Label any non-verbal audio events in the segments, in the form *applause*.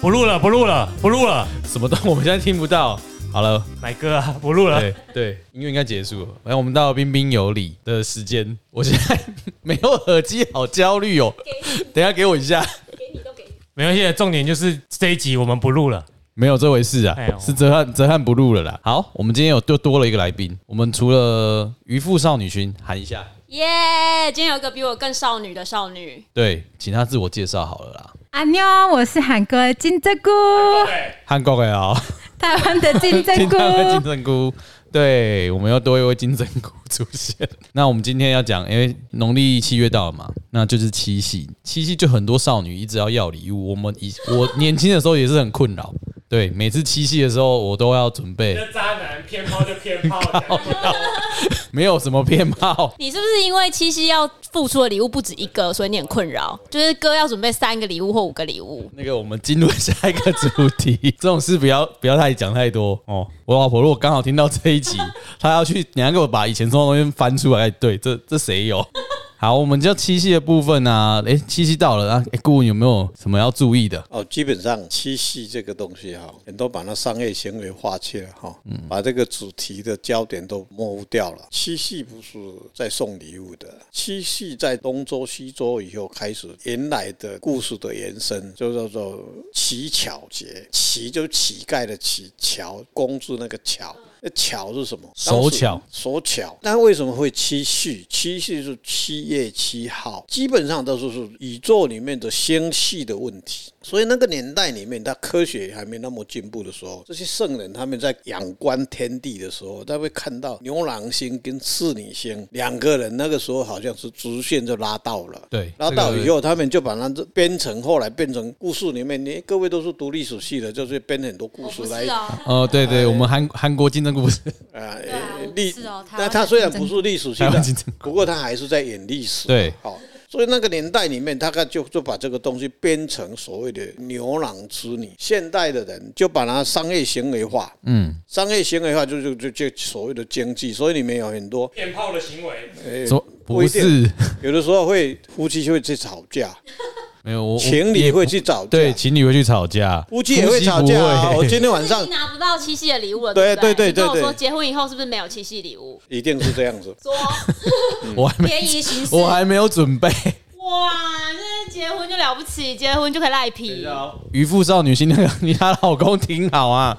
不录了，不录了，不录了，什么都我们现在听不 *laughs* 到。好了，奶哥啊，不录了。对对，音乐应该结束了。哎来，我们到彬彬有礼的时间。我现在没有耳机，好焦虑 *laughs* 哦。等一下给我一下，给你都给你，没关系，重点就是这一集我们不录了。没有这回事啊哎呦，是泽汉泽汉不录了啦。好，我们今天有又多了一个来宾。我们除了渔夫少女心，喊一下，耶、今天有一个比我更少女的少女，对，请她自我介绍好了啦。阿妞，我是韩国的金针菇，韩国的哦，台湾的金针听菇到。了金针菇，对，我们又多一位金针菇出现。 *laughs* 那我们今天要讲，因为农历七月到了嘛，那就是七夕，七夕就很多少女一直要要礼物。我们以我年轻的时候也是很困扰，对，每次七夕的时候我都要准备，渣男偏抛就偏抛，没有什么偏好，你是不是因为七夕要付出的礼物不止一个，所以你很困扰？就是哥要准备三个礼物或五个礼物，那个，我们进入下一个主题， *laughs* 这种事不要不要太讲太多哦。我老婆如果刚好听到这一集，她要去，你要给我把以前送的东西翻出来。对，这这谁有？ *laughs* 好，我们就七夕的部分啊，诶，七夕到了啊，诶顾问有没有什么要注意的？哦，基本上七夕这个东西哈，很多把那商业行为化去了哈，嗯把这个主题的焦点都模糊掉了。七夕不是在送礼物的，七夕在东周、西周以后开始，原来的故事的延伸就叫做乞巧节，乞就是乞丐的乞，巧工字那个巧。那巧是什么？手巧手巧。那为什么会七夕？七夕是七月七号，基本上都是是宇宙里面的星系的问题。所以那个年代里面，它科学还没那么进步的时候，这些圣人他们在仰观天地的时候，他会看到牛郎星跟织女星两个人，那个时候好像是直线就拉到了。对拉这到个以后，他们就把它这编成，后来变成故事里面，你各位都是读历史系的，就是编很多故我事不来是哦，哦，对哎对，我们韩韩国金针菇不是啊啊我，历是哦台湾那的他虽然竞不争是历史台性湾的竞争，不过他还是在演历史。对好，所以那个年代里面，大概就就把这个东西编成所谓的牛郎织女。现代的人就把它商业行为化，嗯，商业行为化就就就就所谓的经济，所以里面有很多偏抛的行为，呃说不不一定是，有的时候会夫妻就会去吵架，没有我情也侣不会去吵架，对，情侣会去吵架，夫妻也会吵夫妻架不啊。会我今天晚自上己拿不到七夕的礼物了，对不对对对你跟我对说对结婚以后是不是没有七夕礼物？一定是这样子。 *laughs* 说我还没便宜行事，我还没有准备。哇，这结婚就了不起，结婚就可以赖皮，渔夫少女心那个，你她老公挺好 *laughs* 啊，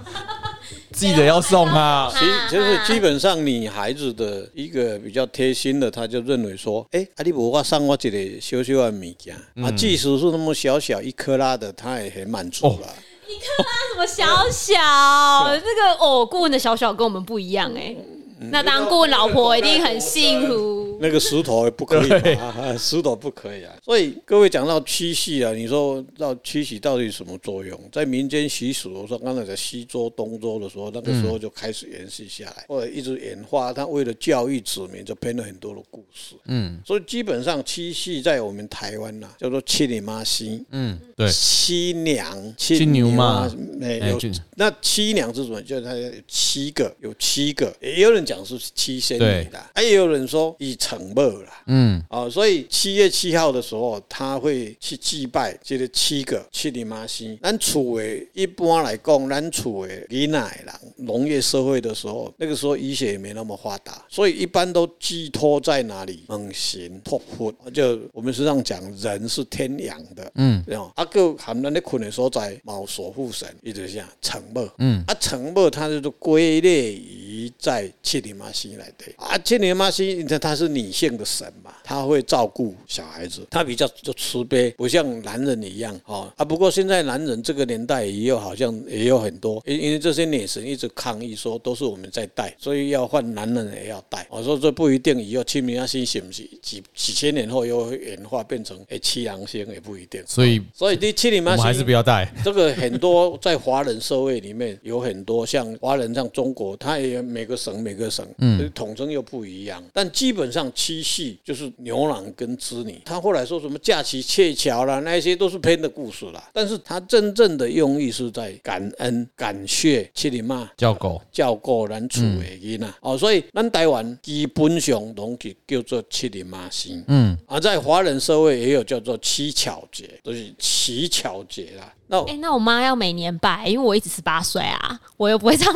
记得要送啊。其就是基本上女孩子的一个比较贴心的，她就认为说，哎、啊你无我送我一个小小的物件，啊，即使是那么小小一克拉的，她也很满足了。你看他什么小小，这个哦，顾问的小小跟我们不一样哎、嗯那当然顾问老婆一定很幸福。那个石头也不可以嘛，啊石头不可以啊。所以各位讲到七夕啊，你说到七夕到底什么作用？在民间习俗，我说刚才在西周、东周的时候，那个时候就开始延续下来，嗯或者一直演化。他为了教育子民，就编了很多的故事。嗯，所以基本上七夕在我们台湾呐、叫做七里妈夕。嗯，对，七娘、七牛嘛哎，哎有就那七娘是什么？就是它有七个，有七个，也有人讲是七仙女啦，哎，也有人说以成末啦。嗯，哦，所以七月七号的时候，他会去祭拜这个七个七里妈星。咱厝诶，一般来讲，咱厝诶，你奶人农业社会的时候，那个时候医学也没那么发达，所以一般都寄托在哪里？猛神托佛，就我们实际上讲，人是天养的，嗯，啊，个含咱咧困的所在，毛守护神，伊就是啥成末，嗯，啊，成末它就是归类于在七里妈星来的，啊，七里妈星，你看它是女性的神嘛，她会照顾小孩子，她比较就慈悲，不像男人一样哦啊。不过现在男人这个年代也有好像也有很多，因因为这些女神一直抗议说都是我们在带，所以要换男人也要带。我说这不一定，以后清明啊星是不是几几千年后又会演化变成诶七郎星也不一定。所以所以你七里我妈们还是星不要带。这个很多在华人社会里面有很多像华人，像中国，它也有每个省每个省，嗯，统称又不一样。但基本上七夕就是牛郎跟织女，他后来说什么假期鹊桥啦，那一些都是编的故事啦。但是他真正的用意是在感恩、感谢七里妈。叫 *laughs* 狗，照顾咱厝的囡仔、哦，所以咱台湾基本上拢是叫做七里妈星，嗯，啊，在华人社会也有叫做乞巧节，就是乞巧节啦。那哎、那我妈要每年拜，因为我一直十八岁啊，我又不会长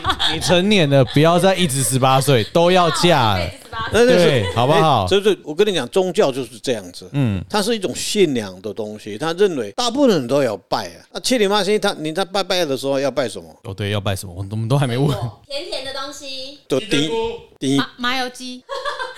大，你成年了，不要再一直十八岁，都要嫁了。十八那就 *laughs* 是对好不好哎就是我跟你讲，宗教就是这样子，嗯，它是一种信仰的东西。他认为大部分人都要拜啊。那七里妈星，他你在拜拜的时候要拜什么？哦，对，要拜什么？我们都还没问。哦甜甜的东西，就鸡胗第菇第一，麻麻油鸡，啊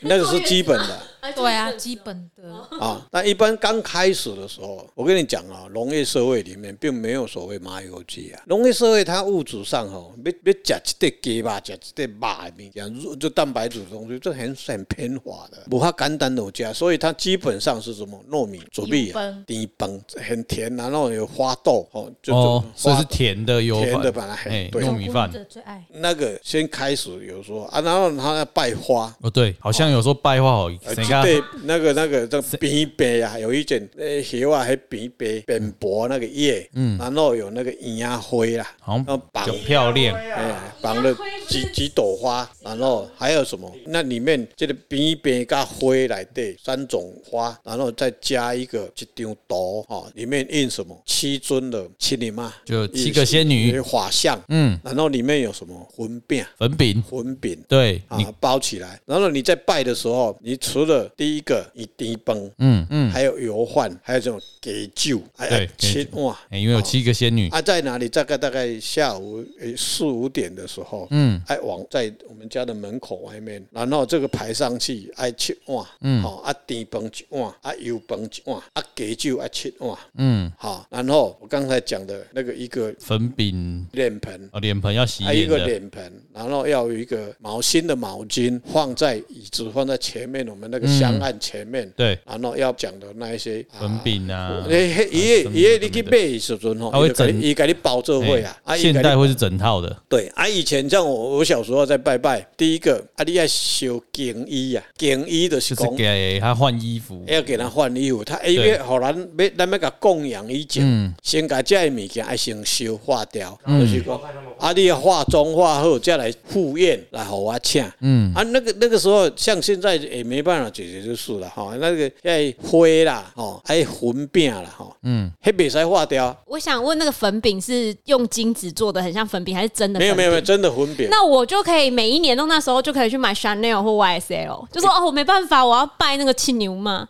那个是基本的。对啊，基本的。啊，那一般刚开始的时候，我跟你讲啊，农业社会里面并没有所谓麻油鸡啊。农业社会它物质上哦，要要吃一块鸡肉，吃一块肉的物件，如就蛋白质的东西，这很很偏化的，无法简单有加，所以它基本上是什么糯米、煮米啊、甜崩，很甜，然后有花豆哦，就哦，是所以花是甜的有甜饭的，把它很哎，对糯米饭。的最爱，那个先开始有说啊，然后他要拜花，哦，对，好像有时候拜话哦，呃谁家对，那个那个这个扁扁啊，有一点呃叶啊，还扁扁扁薄那个叶，嗯，然后有那个银鸭灰啦，好像然后哦绑比较漂亮。哎绑了几几朵花，然后还有什么？那里面这个扁扁加灰来对三种花，然后再加一个一张图哈，里面印什么？七尊的七里嘛，就七个仙女也是画像，嗯，然后里面有什么魂饼、粉饼，魂饼。对啊你，，包起来，然后你在拜的时候，你除了第一个你低崩，嗯嗯，还有油饭，还有这种给酒，还有对切哇。哎因为有七个仙女，啊，在哪里？大概大概下午诶四五点的时候，嗯，哎，往在我们家的门口外面，然后这个排上去，哎七碗，嗯，好、啊甜饭一碗，啊油饭一碗，啊给酒啊七碗，嗯，好、然后我刚才讲的那个一个粉饼脸盆，哦，脸盆要洗啊还有一脸个的，脸盆，然后要有一个毛新的毛巾放在椅子放在前面，我们那个香案前面，嗯对，然后要讲的那一些粉饼啊，诶，迄伊个伊个你去买的时阵吼，他会伊就给整你伊给你包做会啊，啊哎伊现给代你会是整套的，对啊，以前像我我小时候在拜拜，第一个啊，你要烧更衣啊，更衣就是就是讲给他换衣服，要给他换衣服，他哎要互咱要咱要甲供养以前，先甲这个物件爱先烧化掉，就是讲看他们啊，你要化妆化好再来赴宴来互我请，嗯，啊，那个那个时候，像现在也没办法解决就是了哈、那个哎灰啦，吼、哦，哎魂饼啦，吼、嗯，还袂使化掉，我想问那个粉饼是用金子做的，很像粉饼还是真的没有粉饼没有没有，真的魂饼。那我就可以每一年到那时候就可以去买 Chanel 或 YSL，就说哎哦，我没办法，我要拜那个七牛嘛。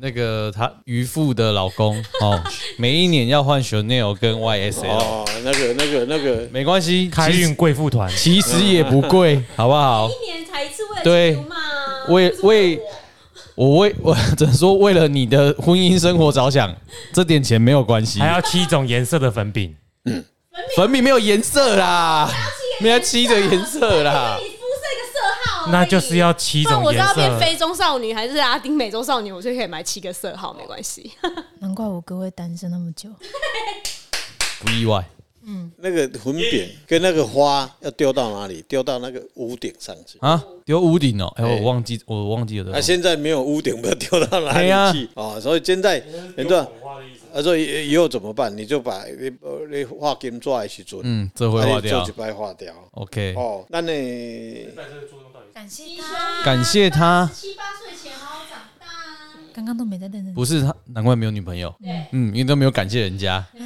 那个他渔夫的老公哦，每一年要换 Chanel 跟 YSL，哦，那个那个那个，没关系，开其实运贵妇团，其实也不贵，好不好？一年才一次为了对嘛，为不是为我为我只能说为了你的婚姻生活着想，这点钱没有关系还。要七种颜色的粉饼，粉饼没有颜色啦，没有漆的颜色啦啊 *laughs* 我，你肤色一个色号而已，那就是要七不然种我知颜道变色。非洲少女还是拉丁美洲少女，我就可以买七个色号，没关系。难怪我哥会单身那么久。不意外。那个魂饼跟那个花要丢到哪里？丢到那个屋顶上去。啊，丢屋顶哦！哎、对我忘记，我忘记了这啊，个。现在没有屋顶，不知道丢到哪哎嗯呀里去啊！所以现在很多人啊，所以以后怎么办？你就把你呃你画金抓的时阵，嗯，这会化啊你做掉一。摆画掉。 OK，哦，那你感谢他，感谢他，七八岁前好好长大，刚刚都没在认真。不是他，难怪没有女朋友。嗯，因为都没有感谢人家。就是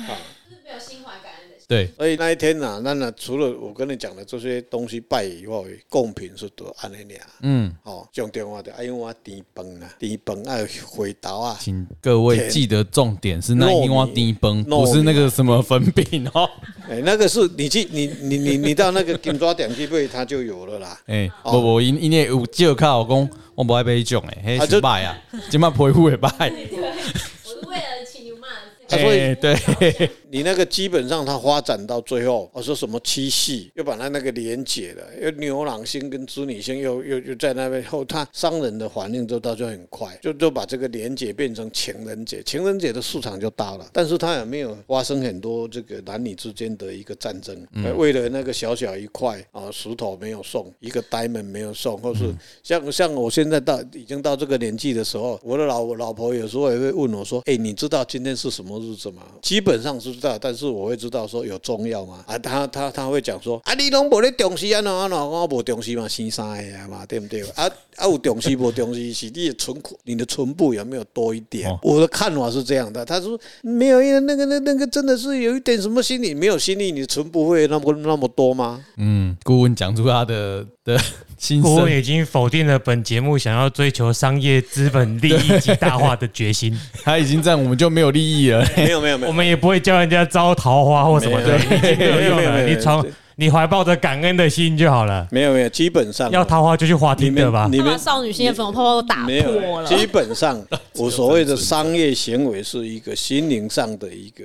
没有心怀感恩的心。对，所以那一天呐、啊，那那除了我跟你讲的这些东西拜以外，贡品是多安尼俩，嗯，哦，上电话的爱用我甜饭啊，甜饭爱回 *laughs* 头啊，请各位甜记得重点是那糯米一碗低崩，糯米不是那个什么粉饼 *laughs* 哦。哎、那个是你去你你你你到那个金抓点去背，它就有了啦。哎、不不，因因为有借口，我讲我不爱买迄种诶，迄啊是就歹啊，即摆皮肤会歹。我是为了七牛嘛，啊所以哎对，你那个基本上它发展到最后，我、说什么七系，又把它那个连解了，又牛郎星跟织女星又又又在那边后，它商人的反应就到就很快，就就把这个连解变成情人节，情人节的市场就大了，但是它也没有发生很多这个男女之间的一个战争，呃为了那个小小一块啊石头没有送，一个 diamond 没有送，或是像像我现在到已经到这个年纪的时候，我的老我老婆有时候也会问我说，哎，你知道今天是什么日子嘛，基本上是知道，但是我会知道说有中药嘛。啊，他他他会讲说啊，你拢无咧重视啊，喏啊喏，我无重视嘛，生三个啊嘛，对不对？啊啊，有重视无重视是你的唇骨你的唇部有没有多一点？哦我的看法是这样的，他说没有，因为那个那那个真的是有一点什么心理，没有心理，你的唇部会那么那么多吗？嗯，顾问讲出他的的心我声，已经否定了本节目想要追求商业资本利益极大化的决 *laughs* 心，他已经这样，我们就没有利益了。没有没有没有我，们也不会教人家招桃花或什么的，已经没有用了。你从你怀抱着感恩的心就好了，没有没有，基本上要桃花就去花你厅的吧们。你他把 *laughs* 们少女心的粉红泡泡都打没有破了，基 *laughs* 本上我所谓的商业行为是一个心灵上的一个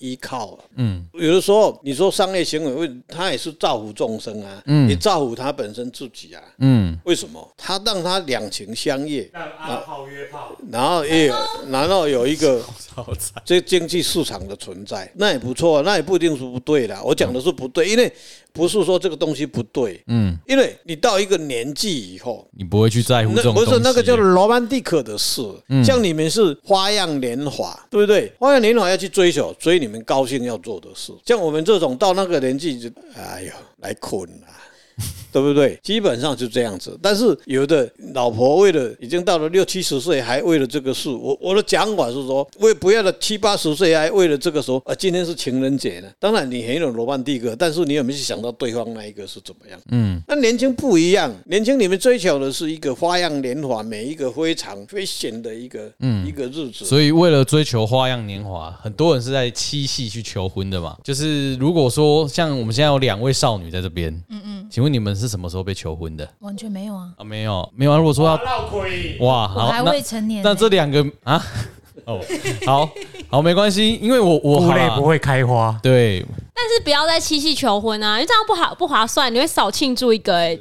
依靠、啊。嗯，有的时候你说商业行为，为他也是造福众生啊，嗯，也造福他本身自己啊。嗯，为什么？他让他两情相悦，让阿炮约炮，然后也有然后有一个超惨。这经济市场的存在，那也不错、啊，那也不一定是不对啦。我讲的是不对，因为不是说这个东西不对，嗯，因为你到一个年纪以后，你不会去在乎这那种不东是西嗯那个叫罗曼蒂克的事，像你们是花样年华，对不对？花样年华要去追求，追你们高兴要做的事。像我们这种到那个年纪就，哎呦，来困啊了。对不对？基本上就这样子。但是有的老婆为了已经到了六七十岁，还为了这个事，我我的讲法是说，为不要了七八十岁还为了这个时候啊，今天是情人节呢。当然你很有罗曼蒂克，但是你有没有去想到对方那一个是怎么样？嗯，那年轻不一样，年轻你们追求的是一个花样年华，每一个嗯非常危险的一个、一个日子。嗯所以为了追求花样年华，很多人是在七夕去求婚的嘛。就是如果说像我们现在有两位少女在这边，嗯嗯，请问你们是什么时候被求婚的完全没有啊，啊？没有，没有啊。如果说要哇，我好，还那未成年呢。那这两个啊，哦， *laughs* 好好，没关系，因为我菇我好类啦不会开花，对，但是不要在七夕求婚啊，因为这样不好不划算，你会少庆祝一个哎、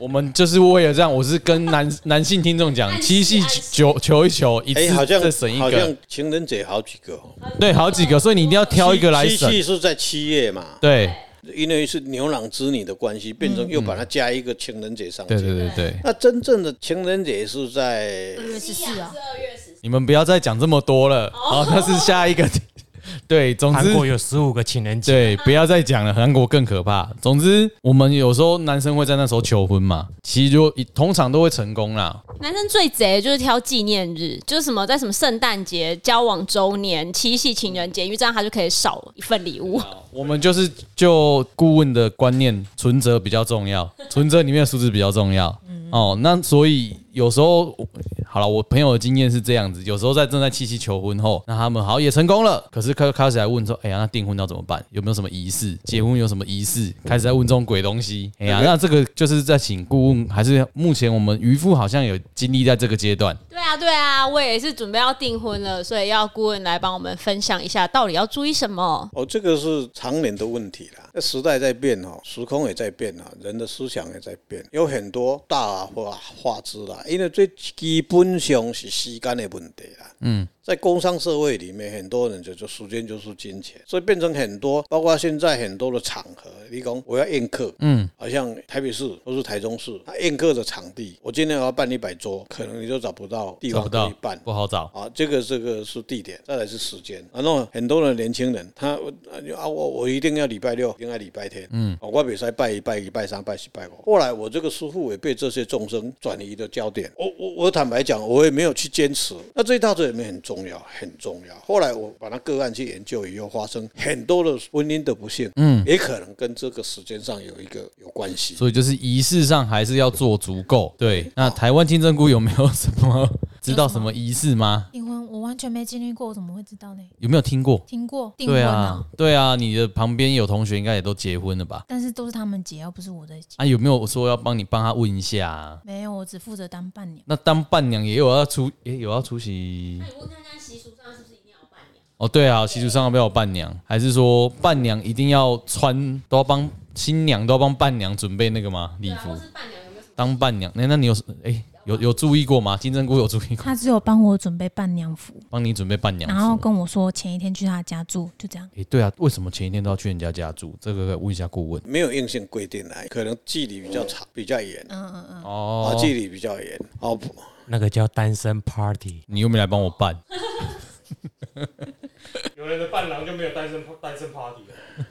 我们就是为了这样，我是跟男 *laughs* 男性听众讲，暗示七夕暗示求求一求，一哎，好次像再省一好个像，情人节好几个哦，对，好几个，所以你一定要挑一个来七省，夕是在七月嘛？对，因为是牛郎织女的关系，变成又把它加一个情人节上去。嗯对对对对，那真正的情人节是在二月十四啊，二月十你们不要再讲这么多了，好，那是下一个， *laughs* 对，总韩之国有十五个情人节，对，不要再讲了，韩国更可怕。总之，我们有时候男生会在那时候求婚嘛，其实就通常都会成功啦，男生最贼就是挑纪念日，就是什么在什么圣诞节、交往周年、七夕情人节，因为这样他就可以少一份礼物。我们就是就顾问的观念，存折比较重要，存折里面的数字比较重要。哦，那所以有时候好了，我朋友的经验是这样子，有时候在正在七夕求婚后，那他们好也成功了，可是开开始来问说，哎呀，那订婚要怎么办？有没有什么仪式？结婚有什么仪式？开始在问这种鬼东西。哎呀，那这个就是在请顾问，还是目前我们渔夫好像有经历在这个阶段。对啊，对啊，我也是准备要订婚了，所以要顾问来帮我们分享一下到底要注意什么。哦，这个是常年的问题啦。那时代在变哦，时空也在变啊，人的思想也在变，有很多大化化之啦。因为最基本上是时间的问题啦。嗯，在工商社会里面，很多人就就时间就是金钱，所以变成很多，包括现在很多的场合，你讲我要宴客，嗯，好像台北市或是台中市，他宴客的场地，我今天我要办一百桌，可能你都找不到地找方不可到以办，，不好找。啊，这个这个是地点，再来是时间。然后很多的年轻人，他啊我我一定要礼拜六，一定要礼拜天，嗯，我比赛拜一拜、礼拜三、拜四、拜五。后来我这个师傅也被这些众生转移的焦点。我我我坦白讲，我也没有去坚持。那这一套这里面很重要，很重要。后来我把它个案去研究以后，发生很多的婚姻的不幸，嗯，也可能跟这个时间上有一个有关系。所以就是仪式上还是要做足够。对，那台湾金针菇有没有什么 *laughs* 知道什么仪式吗？订婚我完全没经历过，我怎么会知道呢？有没有听过？听过订对婚啊，，对啊，你的旁边有同学应该也都结婚了吧？但是都是他们结，要不是我的结。啊，有没有说要帮你帮他问一下、啊？没有，我只负责当伴娘。那当伴娘也有要出，也有要出席你问看看习俗上是不是一定要办哦。对啊，习俗上要不要有伴娘？还是说伴娘一定要穿，都要帮新娘都要帮伴娘准备那个吗？礼服？伴娘有没有什么？当伴娘，那、那你有哎、有有注意过吗？金针菇有注意过，他只有帮我准备伴娘服，帮你准备伴娘服。然后跟我说前一天去他家住，就这样。诶，对啊，为什么前一天都要去人家家住？这个可以问一下顾问没有硬性规定来，可能距离比较长、比较远，啊，哦。距离比较远，哦。不那个叫单身 party。你又没来帮我办，有有人的伴郎就没有单身单身 party 了。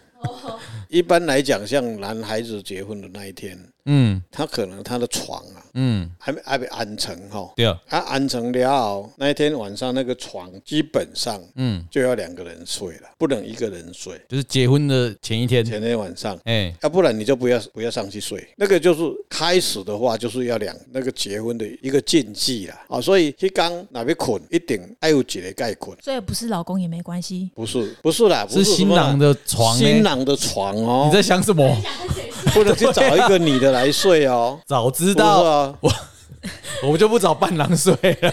一般来讲，像男孩子结婚的那一天，嗯他可能他的床啊嗯，还没还没安成哈、对啊，他安成了后，那一天晚上那个床基本上嗯，就要两个人睡了，不能一个人睡。就是结婚的前一天，前天晚上，啊哎，要、不然你就不要不要上去睡。那个就是开始的话，就是要两那个结婚的一个禁忌啦。啊、所以去刚哪边困，一定爱有几个盖困，所以不是老公也没关系，不是不是啦，不是什新么啦郎的床呢，新郎的床哦你，在想什么？不能去找一个女的来睡哦。早 *laughs* 知不是道啊，我们就不找伴郎睡了。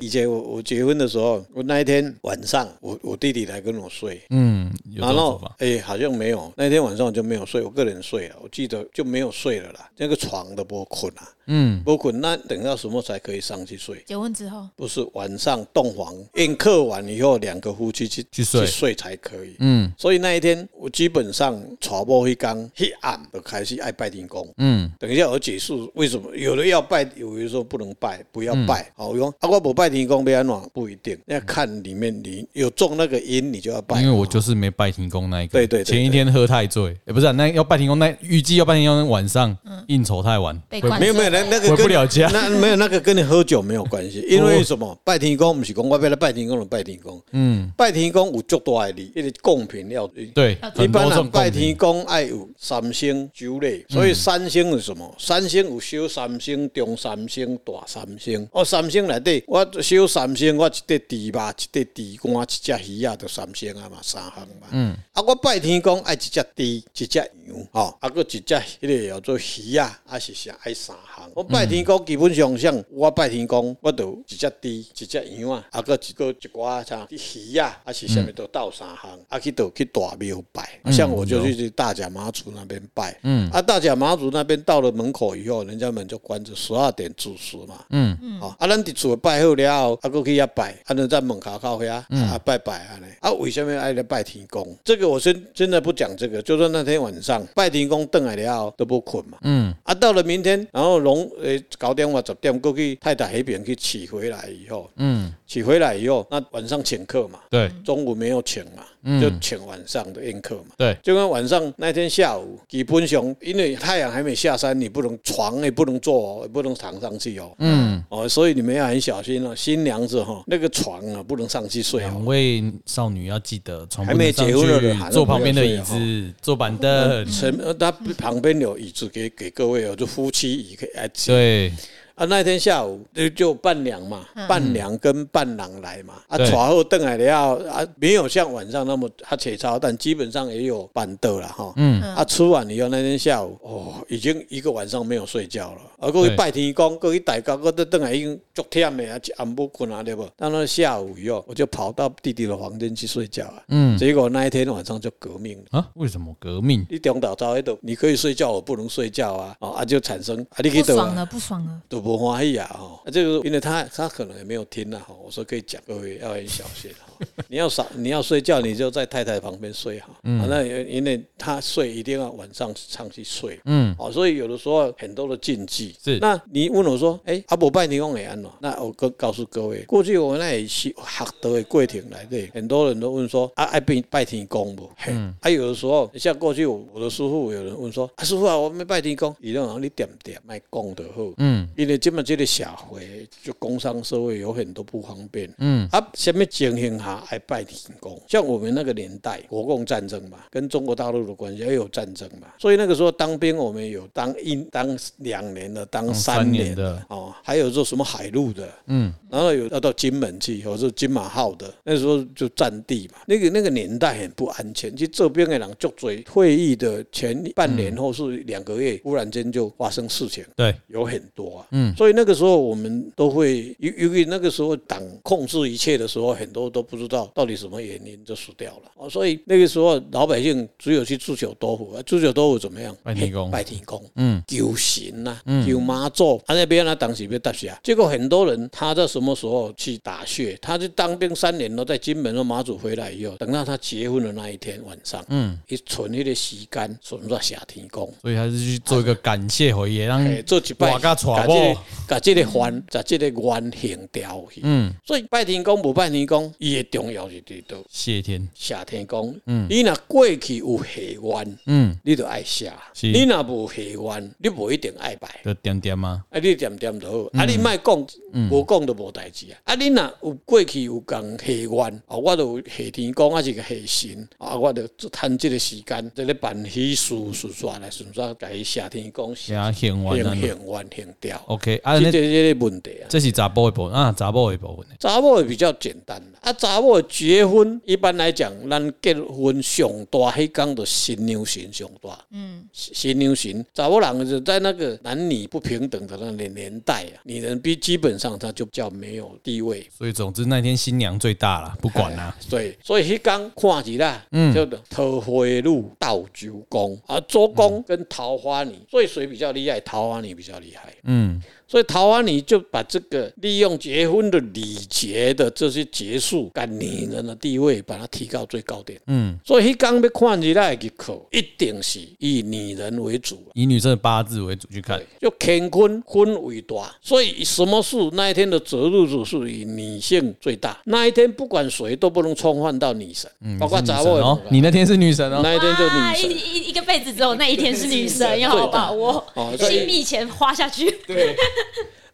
以前我我结婚的时候，我那一天晚上，我我弟弟来跟我睡，嗯，有然这种后说法。哎、好像没有，那天晚上我就没有睡，我个人睡了，我记得就没有睡了啦，那个床都不困啊，嗯，不困，那等到什么才可以上去睡？结婚之后不是晚上洞房宴客完以后，两个夫妻去去睡去睡才可以。嗯所以那一天，我基本上传播一刚黑暗就开始爱拜天公。嗯等一下，我解释为什么有的要拜，有的时候不能拜，不嗯要拜。好、我说啊，我不拜天公被安暖不一定，要看里面你有中那个因，你就要拜。因为我就是没拜停工那一个，对对对对前一天喝太醉，也不是啊那要拜停工，那预计要拜停工那晚上应酬太晚，被回灌没有没有，那那个回跟不了家。那没有那个跟你喝酒没有关 *laughs* 系，因为什么？拜天公不是讲我要来拜天公，就拜天公。嗯，拜天公有足大的利，一个贡品要。对， *laughs* 一很般多人种拜共天鸣。嗯公爱有三星九类，所以三星是什么？三星有小三星、中三星、大三星。哦，三星内底，我小三星，我一块猪肉、一块猪肝、一只鱼啊，就三星啊嘛，三项嘛。嗯。啊，我拜天公爱一只猪、一只羊，哦，啊，搁一只迄个叫做鱼啊，啊是啥爱三项。我拜天公基本上像我拜天公，我就一只猪、一只羊啊，啊搁一个一寡啥鱼啊，啊是啥物都斗三项，啊去倒去大庙拜。像我就去大甲妈祖那边拜，嗯，啊大甲妈祖那边到了门口以后，人家门就关着，十二点子时嘛，嗯嗯，啊，咱伫厝拜好了后，啊，搁去遐拜，啊，就在门口口遐啊拜拜安尼，啊，为什么爱来拜天公？这个我真真的不讲这个，就说那天晚上拜天公邓来了后都不困嘛，嗯啊，到了明天，然后龙呃九点或十点过去太太那边去取回来以后，嗯，取回来以后，那晚上请客嘛，对中午没有请嘛，嗯就请晚上的宴客嘛。对，就跟晚上那天下午，基本上因为太阳还没下山，你不能床也不能坐哦，也不能躺上去哦。嗯，哦，所以你们要很小心哦，新娘子哈、那个床啊不能上去睡两哦。位少女要记得从还没结婚的人还是坐旁边的椅不要子，坐板 *laughs* 凳。什么？他呃旁边有椅子给给各位哦，就夫妻椅可以哎来坐。对，啊，那天下午就就伴娘嘛，伴娘跟伴郎来嘛，啊，对娶后邓海了啊，没有像晚上那么啊切操，但基本上也有板凳了哈。嗯啊，吃完以后那天下午，哦，已经一个晚上没有睡觉了，啊，过去对拜天公，过去大家过去邓海已经足忝的啊，一暗不困啊，对不？到那下午以后，我就跑到弟弟的房间去睡觉啊，嗯结果那一天晚上就革命了。啊，为什么革命？你中岛早一度，你可以睡觉，我不能睡觉啊！哦啊，就产生啊，你去不倒啊爽了，不爽了，都不欢喜啊！哦哈，啊，这个因为他他可能也没有听啊，哈，我说可以讲，各位要很小心 *laughs* 哈。你要少你要睡觉，你就在太太旁边睡哈。嗯啊，那也因为他睡一定要晚上上去睡。嗯，哦，所以有的时候很多的禁忌是那你问我说，哎、阿伯拜天公也安怎？那我告告诉各位，过去我们那里是学德的过程来的，很多人都问说，啊，爱拜拜天公不？嘿，嗯啊，有的时候像过去我我的师傅，有人问说，啊，师傅啊，我们拜天公，伊让人你点点卖讲就好。嗯因为这么这个社会，就工商社会有很多不方便。嗯啊，什么情形下还拜天公？像我们那个年代，国共战争嘛，跟中国大陆的关系也有战争嘛，所以那个时候当兵，我们有当一当两年的，当当嗯三三年年的哦，还有做什么海陆的，嗯，然后有要到金门去，或者金马号的，那时候就战地嘛。那个那个年代很不安全，就这边的人就嘴会议的前半嗯年或是两个月，忽然间就发生事情。对，有很多啊，嗯所以那个时候我们都会，由由于那个时候党控制一切的时候，很多都不知道到底什么原因就死掉了哦，所以那个时候老百姓只有去自求多福，啊自求多福怎么样？拜天公嘿拜天公，嗯求神呐、嗯求妈祖，啊那边呢当时要别大学啊。结果很多人他在什么时候去打穴？他去当兵三年了，在金门和马祖回来以后，等到他结婚的那一天晚上，嗯，一存那个时间，存到夏天宫。所以还是去做一个感谢回忆，让哎，做一摆，我甲娶把这某个，把这个环，把这个圆形掉去。嗯，所以拜天公无拜天公，伊的重要是伫倒谢天，谢天公。嗯，你若过去有下愿，嗯，你就爱谢；是你若无下愿，你无一定爱拜。就点点嘛，啊，你点点就好，啊，你莫讲，无讲就无代志啊。啊，你若有过去有共下愿，啊，我就有下天公啊，是个下神，啊，我就趁即个时间，即个办喜事事煞来顺便甲伊谢天公，给行他献完行了。愿行掉。 OK，啊，即那个即个问题啊。这是查甫的部分啊，查甫的部分。查某的比较简单啦啊，查某的结婚一般来讲，咱结婚上大迄讲就新娘神上大，嗯，新娘神，查某人就在那个男女不平等的那个年代啊，女人比基本上她就比较没有地位，所以总之那天新娘最大啦，不管哎啦，对，所以迄讲看起啦，嗯，叫做桃花路到九宫啊，周公跟桃花女，所以谁比较厉害？桃花女比较厉害，嗯，所以桃花女就把这个利用结婚的礼节的这些结束，跟女人的地位把它提高最高点。嗯，所以迄刚要看起来的课，一定是以女人为主。以女生的八字为主去看。就乾坤坤为大，所以什么事那一天的择日子是以女性最大。那一天不管谁都不能冲犯到女神，包括你是女查神某的哦，你那天是女神哦，那一天就哇女一神。啊一一个辈子只有那一天是女神，要好好把握哦，所以新币钱花下去。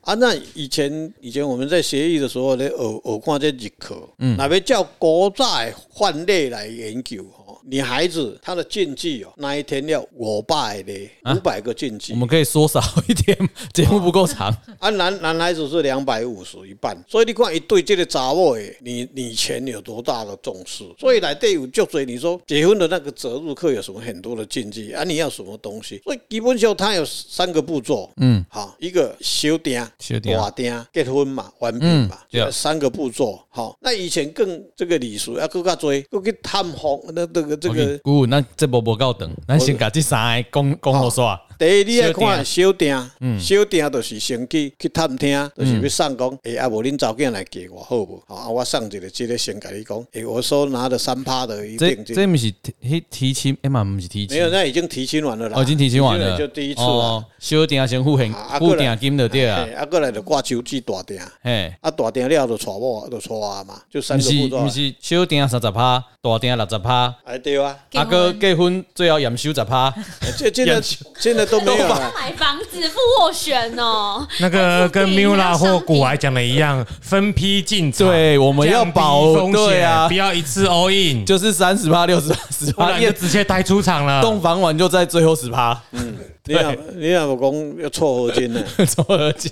啊，那以前以前我们在学艺的时候咧，偶偶看这日课，嗯，那边照国债范例来研究哦。女孩子她的禁忌哦，那一天要五百嘞，啊五百个禁忌我。们可以缩少一点， *laughs* 节目不够长。啊，男男孩子是两百五十一半，所以你看，一对这个查某的，你你前有多大的重视？所以来队有就追你说结婚的那个择日课有什么很多的禁忌啊？你要什么东西？所以基本上它有三个步骤，嗯，好，一个小订、小订大订、结婚嘛、完毕嘛，对这三个步骤。好，那以前更这个礼俗要啊更加追，更去探访那这 *laughs* 个这这个个，姑，那这波波够长，咱先把这三个讲讲好煞。第一，你要看小店，嗯小店就是先去去探听，就是要送讲，诶、啊，无恁查某囝来嫁我好无？好啊，我送一个，即个先甲你讲，诶、我说拿了三趴的一这定这金，不是提那提亲，哎嘛不是提没有，亲，那已经提亲完了啦，哦，已经提亲完了，就第一次哦啦，，小定先付现啊啊付定金就对啊嘿，啊，过来就挂手指大店，嘿。啊，大店了就娶某就娶啊嘛，就三不个步是骤啊不，是小订三十趴，大订六十趴，哎，对啊，结阿婚哥结婚最后验收十 *laughs* 趴，*laughs* 这现在现在都没有啊了。买房子付斡旋哦，那个跟 Mula 或古癌讲的一 *laughs* 样，分批进场，对我们降要低保风对啊险，不要一次 all in，就是啊三十趴、六十趴、十不趴，然就验直接带出场了。洞房完就在最后十趴， *laughs* 你若你若无讲要撮合金呢？抽合金，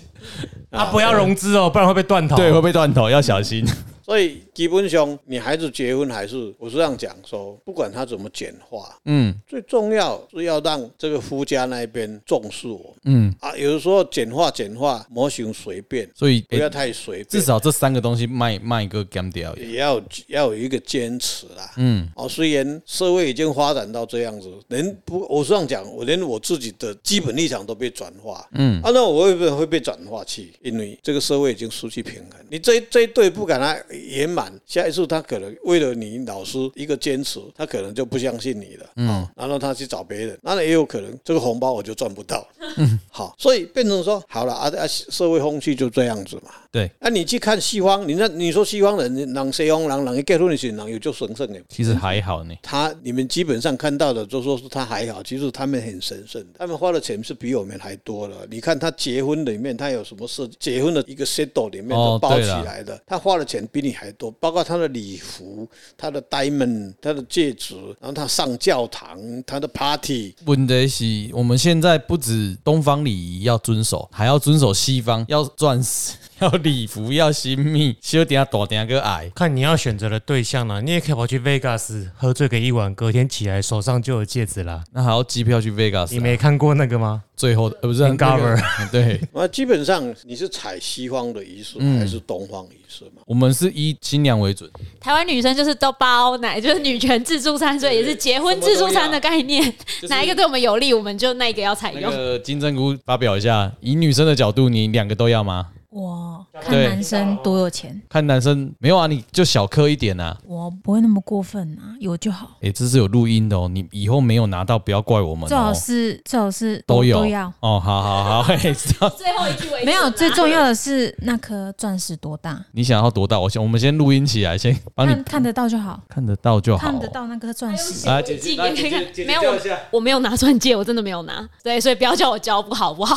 啊，不要融资哦，不然会被断头。对，会被断头，要小心。 *laughs* 所以基本上，女孩子结婚还是我是这样讲说，不管她怎么简化，嗯最重要是要让这个夫家那边重视我们嗯，啊。有的时候简化简化，模型随便，所以不要欸太随至便，少这三个东西卖卖个干掉，也要要有一个坚持啦。嗯，哦，虽然社会已经发展到这样子，连不，我是这样讲，我连我自己的基本立场都被转化，嗯，啊，那我会不会会被转化去？因为这个社会已经失去平衡，你这这一对不敢他圆满，下一次他可能为了你老师一个坚持，他可能就不相信你了，啊、然后他去找别人，那也有可能这个红包我就赚不到，嗯，好，所以变成说，好了啊啊，社会风气就这样子嘛，对，那、你去看西方，你那你说西方人，人西方人，人一结婚的时候，人有就神圣的。其实还好呢。他你们基本上看到的都说是他还好，其实他们很神圣的，他们花的钱是比我们还多了。你看他结婚里面，他有什么事？结婚的一个 set 里面哦都包对起啦来的，他花的钱比你还多，包括他的礼服、他的 diamond、他的戒指，然后他上教堂、他的 party，问题是，我们现在不止东方礼仪要遵守，还要遵守西方要钻石， *laughs* 要礼服，要新密，小点大点个矮。看你要选择的对象啦，你也可以跑去 Vegas 喝醉个一晚，隔天起来手上就有戒指啦。那还要机票去 Vegas，、你啊、没看过那个吗？最后的呃不是 Hangover 那个 *laughs* 对，那基本上你是采西方的仪式还是东方仪式嘛？我们是以新娘为准，台湾女生就是都包奶，就是女权自助餐，所以也是结婚自助餐的概念。哪一个对我们有利，我们就那一个要采那用。个金针菇发表一下，以女生的角度，你两个都要吗？哇，看对男生多有钱，看男生没有啊，你就小磕一点啊。我不会那么过分啊，有就好，诶，这是有录音的哦，你以后没有拿到，不要怪我们最好哦。是最好是都有都要。哦，好好好， *laughs* 嘿这样最后一句为没有，准啊最重要的是那颗钻石多大，你想要多大？我先我们先录音起来，先帮看啊你看得到就好，看得到就好。看得。到那颗钻石。啊，姐姐姐，姐来姐姐姐姐，姐姐没有叫一下。我没有拿钻戒，我真的没有拿，对，所以不要叫我交不好不好，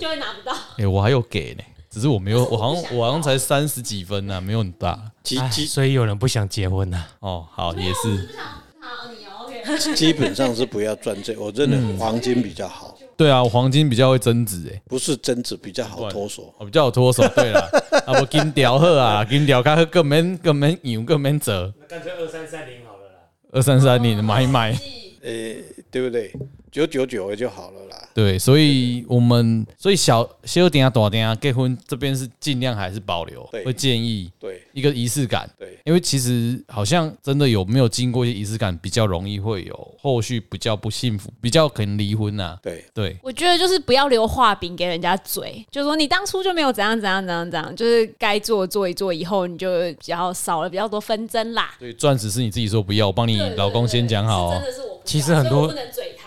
就会拿不到。诶，我还有给呢，只是我没有，我好不像想我好像才三十几分呢、没有很大。基哎基所以有人不想结婚啊呐。哦，好，啊也是，好，你 OK。 *laughs* 基本上是不要钻这，我认为黄金比较好，对啊，黄金比较会增值诶，哦不是贞子比较好脱手。我比较有脱手。对 *laughs* 啦，啊不金条好啊，金条较好，更免更免用，更免折，那干脆二三三零好了啦。二三三你买一买。诶、对不对？九九九就好了啦。对，所以我们所以小小点啊、大点啊，结婚这边是尽量还是保留，对会建议对一个仪式感。对，因为其实好像真的有没有经过一些仪式感，比较容易会有后续比较不幸福，比较可能离婚呐、对，对，我觉得就是不要留画饼给人家嘴，就说你当初就没有怎样怎样怎样怎样，就是该做做一做，以后你就比较少了比较多纷争啦。所以钻石是你自己说不要，我帮你老公先讲好是哦真。的是我不要，其实很多所以我不能嘴他。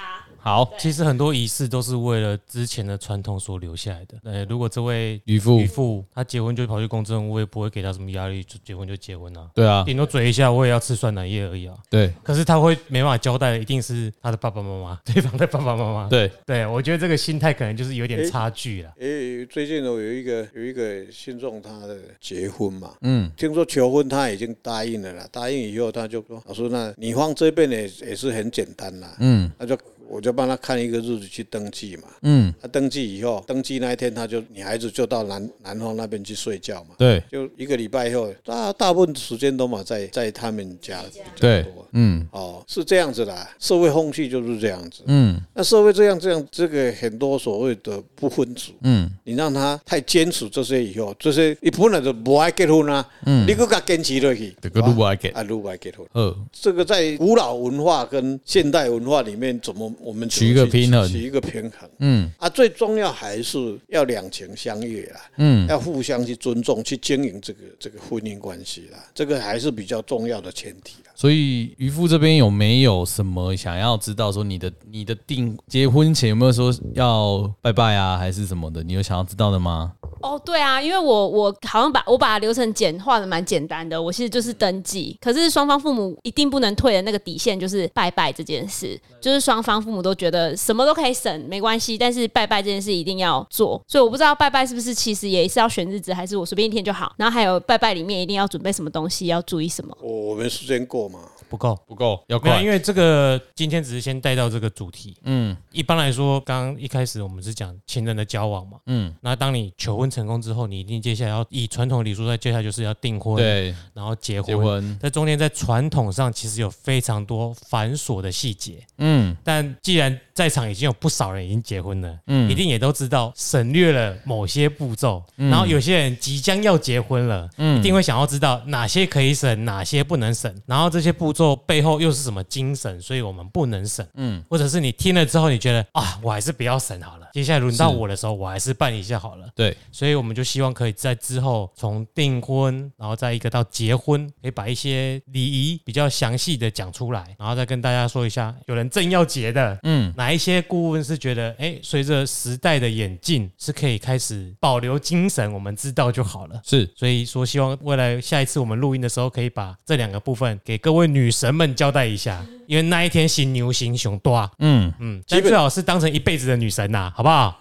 好，其实很多仪式都是为了之前的传统所留下来的。呃，如果这位渔夫渔，妇她结婚就跑去公证，我也不会给她什么压力，就结婚就结婚啊，对啊，顶多嘴一下，我也要吃酸奶液而已啊。对可是她会没办法交代的，一定是她的爸爸妈妈，对方的爸爸妈妈。对，对，我觉得这个心态可能就是有点差距了。诶、最近呢哦有一个有一个信众他的结婚嘛，嗯，听说求婚他已经答应了啦，答应以后他就说，老师那女方这边也也是很简单啦，嗯，那就我就帮他看一个日子去登记嘛，嗯，他登记以后，登记那一天他就女孩子就到男男方那边去睡觉嘛，对就一个礼拜以后，大大部分时间都嘛在在他们家比较对多，，嗯哦，是这样子啦，社会风气就是这样子。嗯那社会这样这样，这个很多所谓的不婚族，嗯，你让他太坚持这些以后，这些你本来就不爱结婚啊，嗯你更加坚持落去，这个路不爱给，啊，如不爱结婚。呃，这个在古老文化跟现代文化里面，怎么我们怎么取一个去平衡取一个平衡嗯啊，最重要还是要两情相悦啦，嗯，要互相去尊重，去经营这个这个婚姻关系啦，这个还是比较重要的前提啦。所以渔夫这边有没有什么想要知道？说你的你的订结婚前有没有说要拜拜啊，还是什么的？你有想要知道的吗？哦，对啊，因为我我好像把我把流程简化的蛮简单的，我其实就是登记，可是双方父母一定不能退的那个底线就是拜拜这件事，就是双方父母都觉得什么都可以省，没关系，但是拜拜这件事一定要做，所以我不知道拜拜是不是其实也是要选日子，还是我随便一天就好。然后还有拜拜里面一定要准备什么东西，要注意什么。我我们时间够吗？不够。不够，要没有，快因，为这个今天只是先带到这个主题。嗯一般来说，刚刚一开始我们是讲情人的交往嘛，嗯，那当你求婚成功之后，你一定接下来要以传统礼数，在接下来就是要订婚，，对，然后结婚，结婚，在中间在传统上其实有非常多繁琐的细节。嗯但既然在场已经有不少人已经结婚了，嗯嗯一定也都知道省略了某些步骤，然后有些人即将要结婚了，一定会想要知道哪些可以省，哪些不能省，然后这些步骤背后又是什么精神，所以我们不能省，嗯，或者是你听了之后你觉得啊，我还是不要省好了，接下来轮到是我的时候，我还是办一下好了。对，所以我们就希望可以在之后从订婚，然后再一个到结婚，可以把一些礼仪比较详细的讲出来，然后再跟大家说一下，有人正要结的，嗯哪一些顾问是觉得，哎，随着时代的演进，是可以开始保留精神，我们知道就好了。是，所以说，希望未来下一次我们录音的时候，可以把这两个部分给各位女神们交代一下，因为那一天行牛行熊多啊，嗯嗯，基但本最好是当成一辈子的女神呐、好不好？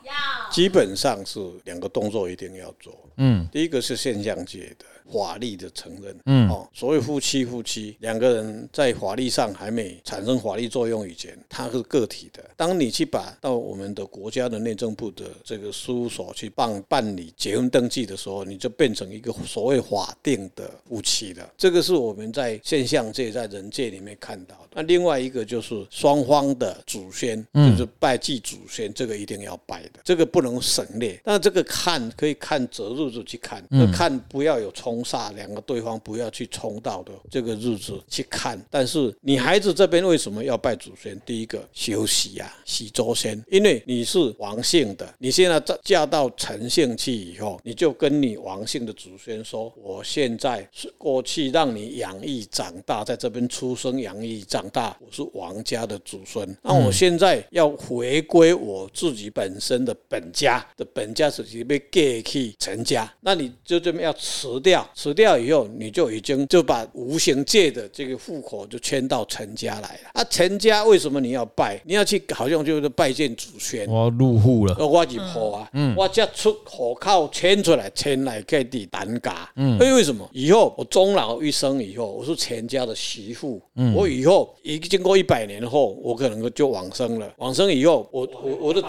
基本上是两个动作一定要做。嗯第一个是现象界的法律的承认，嗯哦，所谓夫妻夫妻，两个人在法律上还没产生法律作用以前，他是个体的，当你去把到我们的国家的内政部的这个事务所去办办理结婚登记的时候，你就变成一个所谓法定的夫妻了。这个是我们在现象界、在人界里面看到的。那另外一个就是双方的祖先，就是拜祭祖先，这个一定要拜的，这个不能省略。那这个看可以看择日子去看，那看不要有冲煞，两个对方不要去冲到的这个日子去看。但是你孩子这边为什么要拜祖先？第一个休息啊，洗周先，因为你是王姓的，你现在嫁嫁到陈姓去以后，你就跟你王姓的祖先说，我现在是过去让你养育长大，在这边出生养育长大，我是王家的祖孙，那我现在要回归我自己本身的本家的本家是已经被 gay 去陈家，那你就这么要辞掉，辞掉以后，你就已经就把无形界的这个户口就迁到陈家来了。啊，陈家为什么你要拜？你要去好像就是拜见祖先。我要入户了，呃，我入户啊，我才出户口迁出来，迁来给地单家。嗯，因为什么？以后我终老一生以后，我是全家的媳妇。嗯，我以后已经过一百年后，我可能就往生了。往生以后，我我我的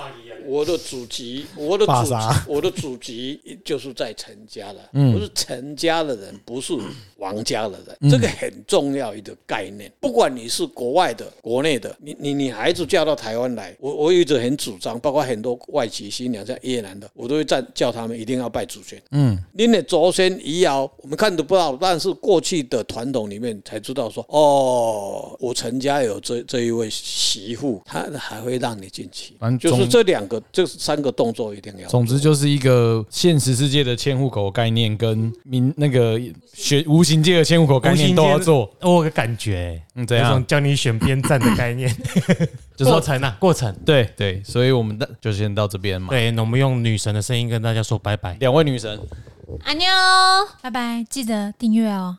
我的祖籍，我的爸祖啥 *laughs* 我的祖籍就是在陈家了。嗯我是陈家的人，不是王家的人。这个很重要一个概念。不管你是国外的、国内的，你你你孩子嫁到台湾来，我我一直很主张，包括很多外籍新娘，像越南的，我都会站叫他们一定要拜祖先。嗯，您的祖先遗谣我们看得不到，但是过去的传统里面才知道说，哦，我陈家有这这一位媳妇，她还会让你进去反正。就总是这两个，这三个动作一定要做。总之就是一个现实世界的迁户口概念跟民那个学无形界的迁户口概念都要做，我有个感觉、啊嗯，怎有样种？叫你选边站的概 *laughs* 念，就过是说程啊，过程。对对，所以我们的就先到这边嘛。对，那我们用女神的声音跟大家说拜拜。两位女神，阿妞，拜拜，记得订阅哦。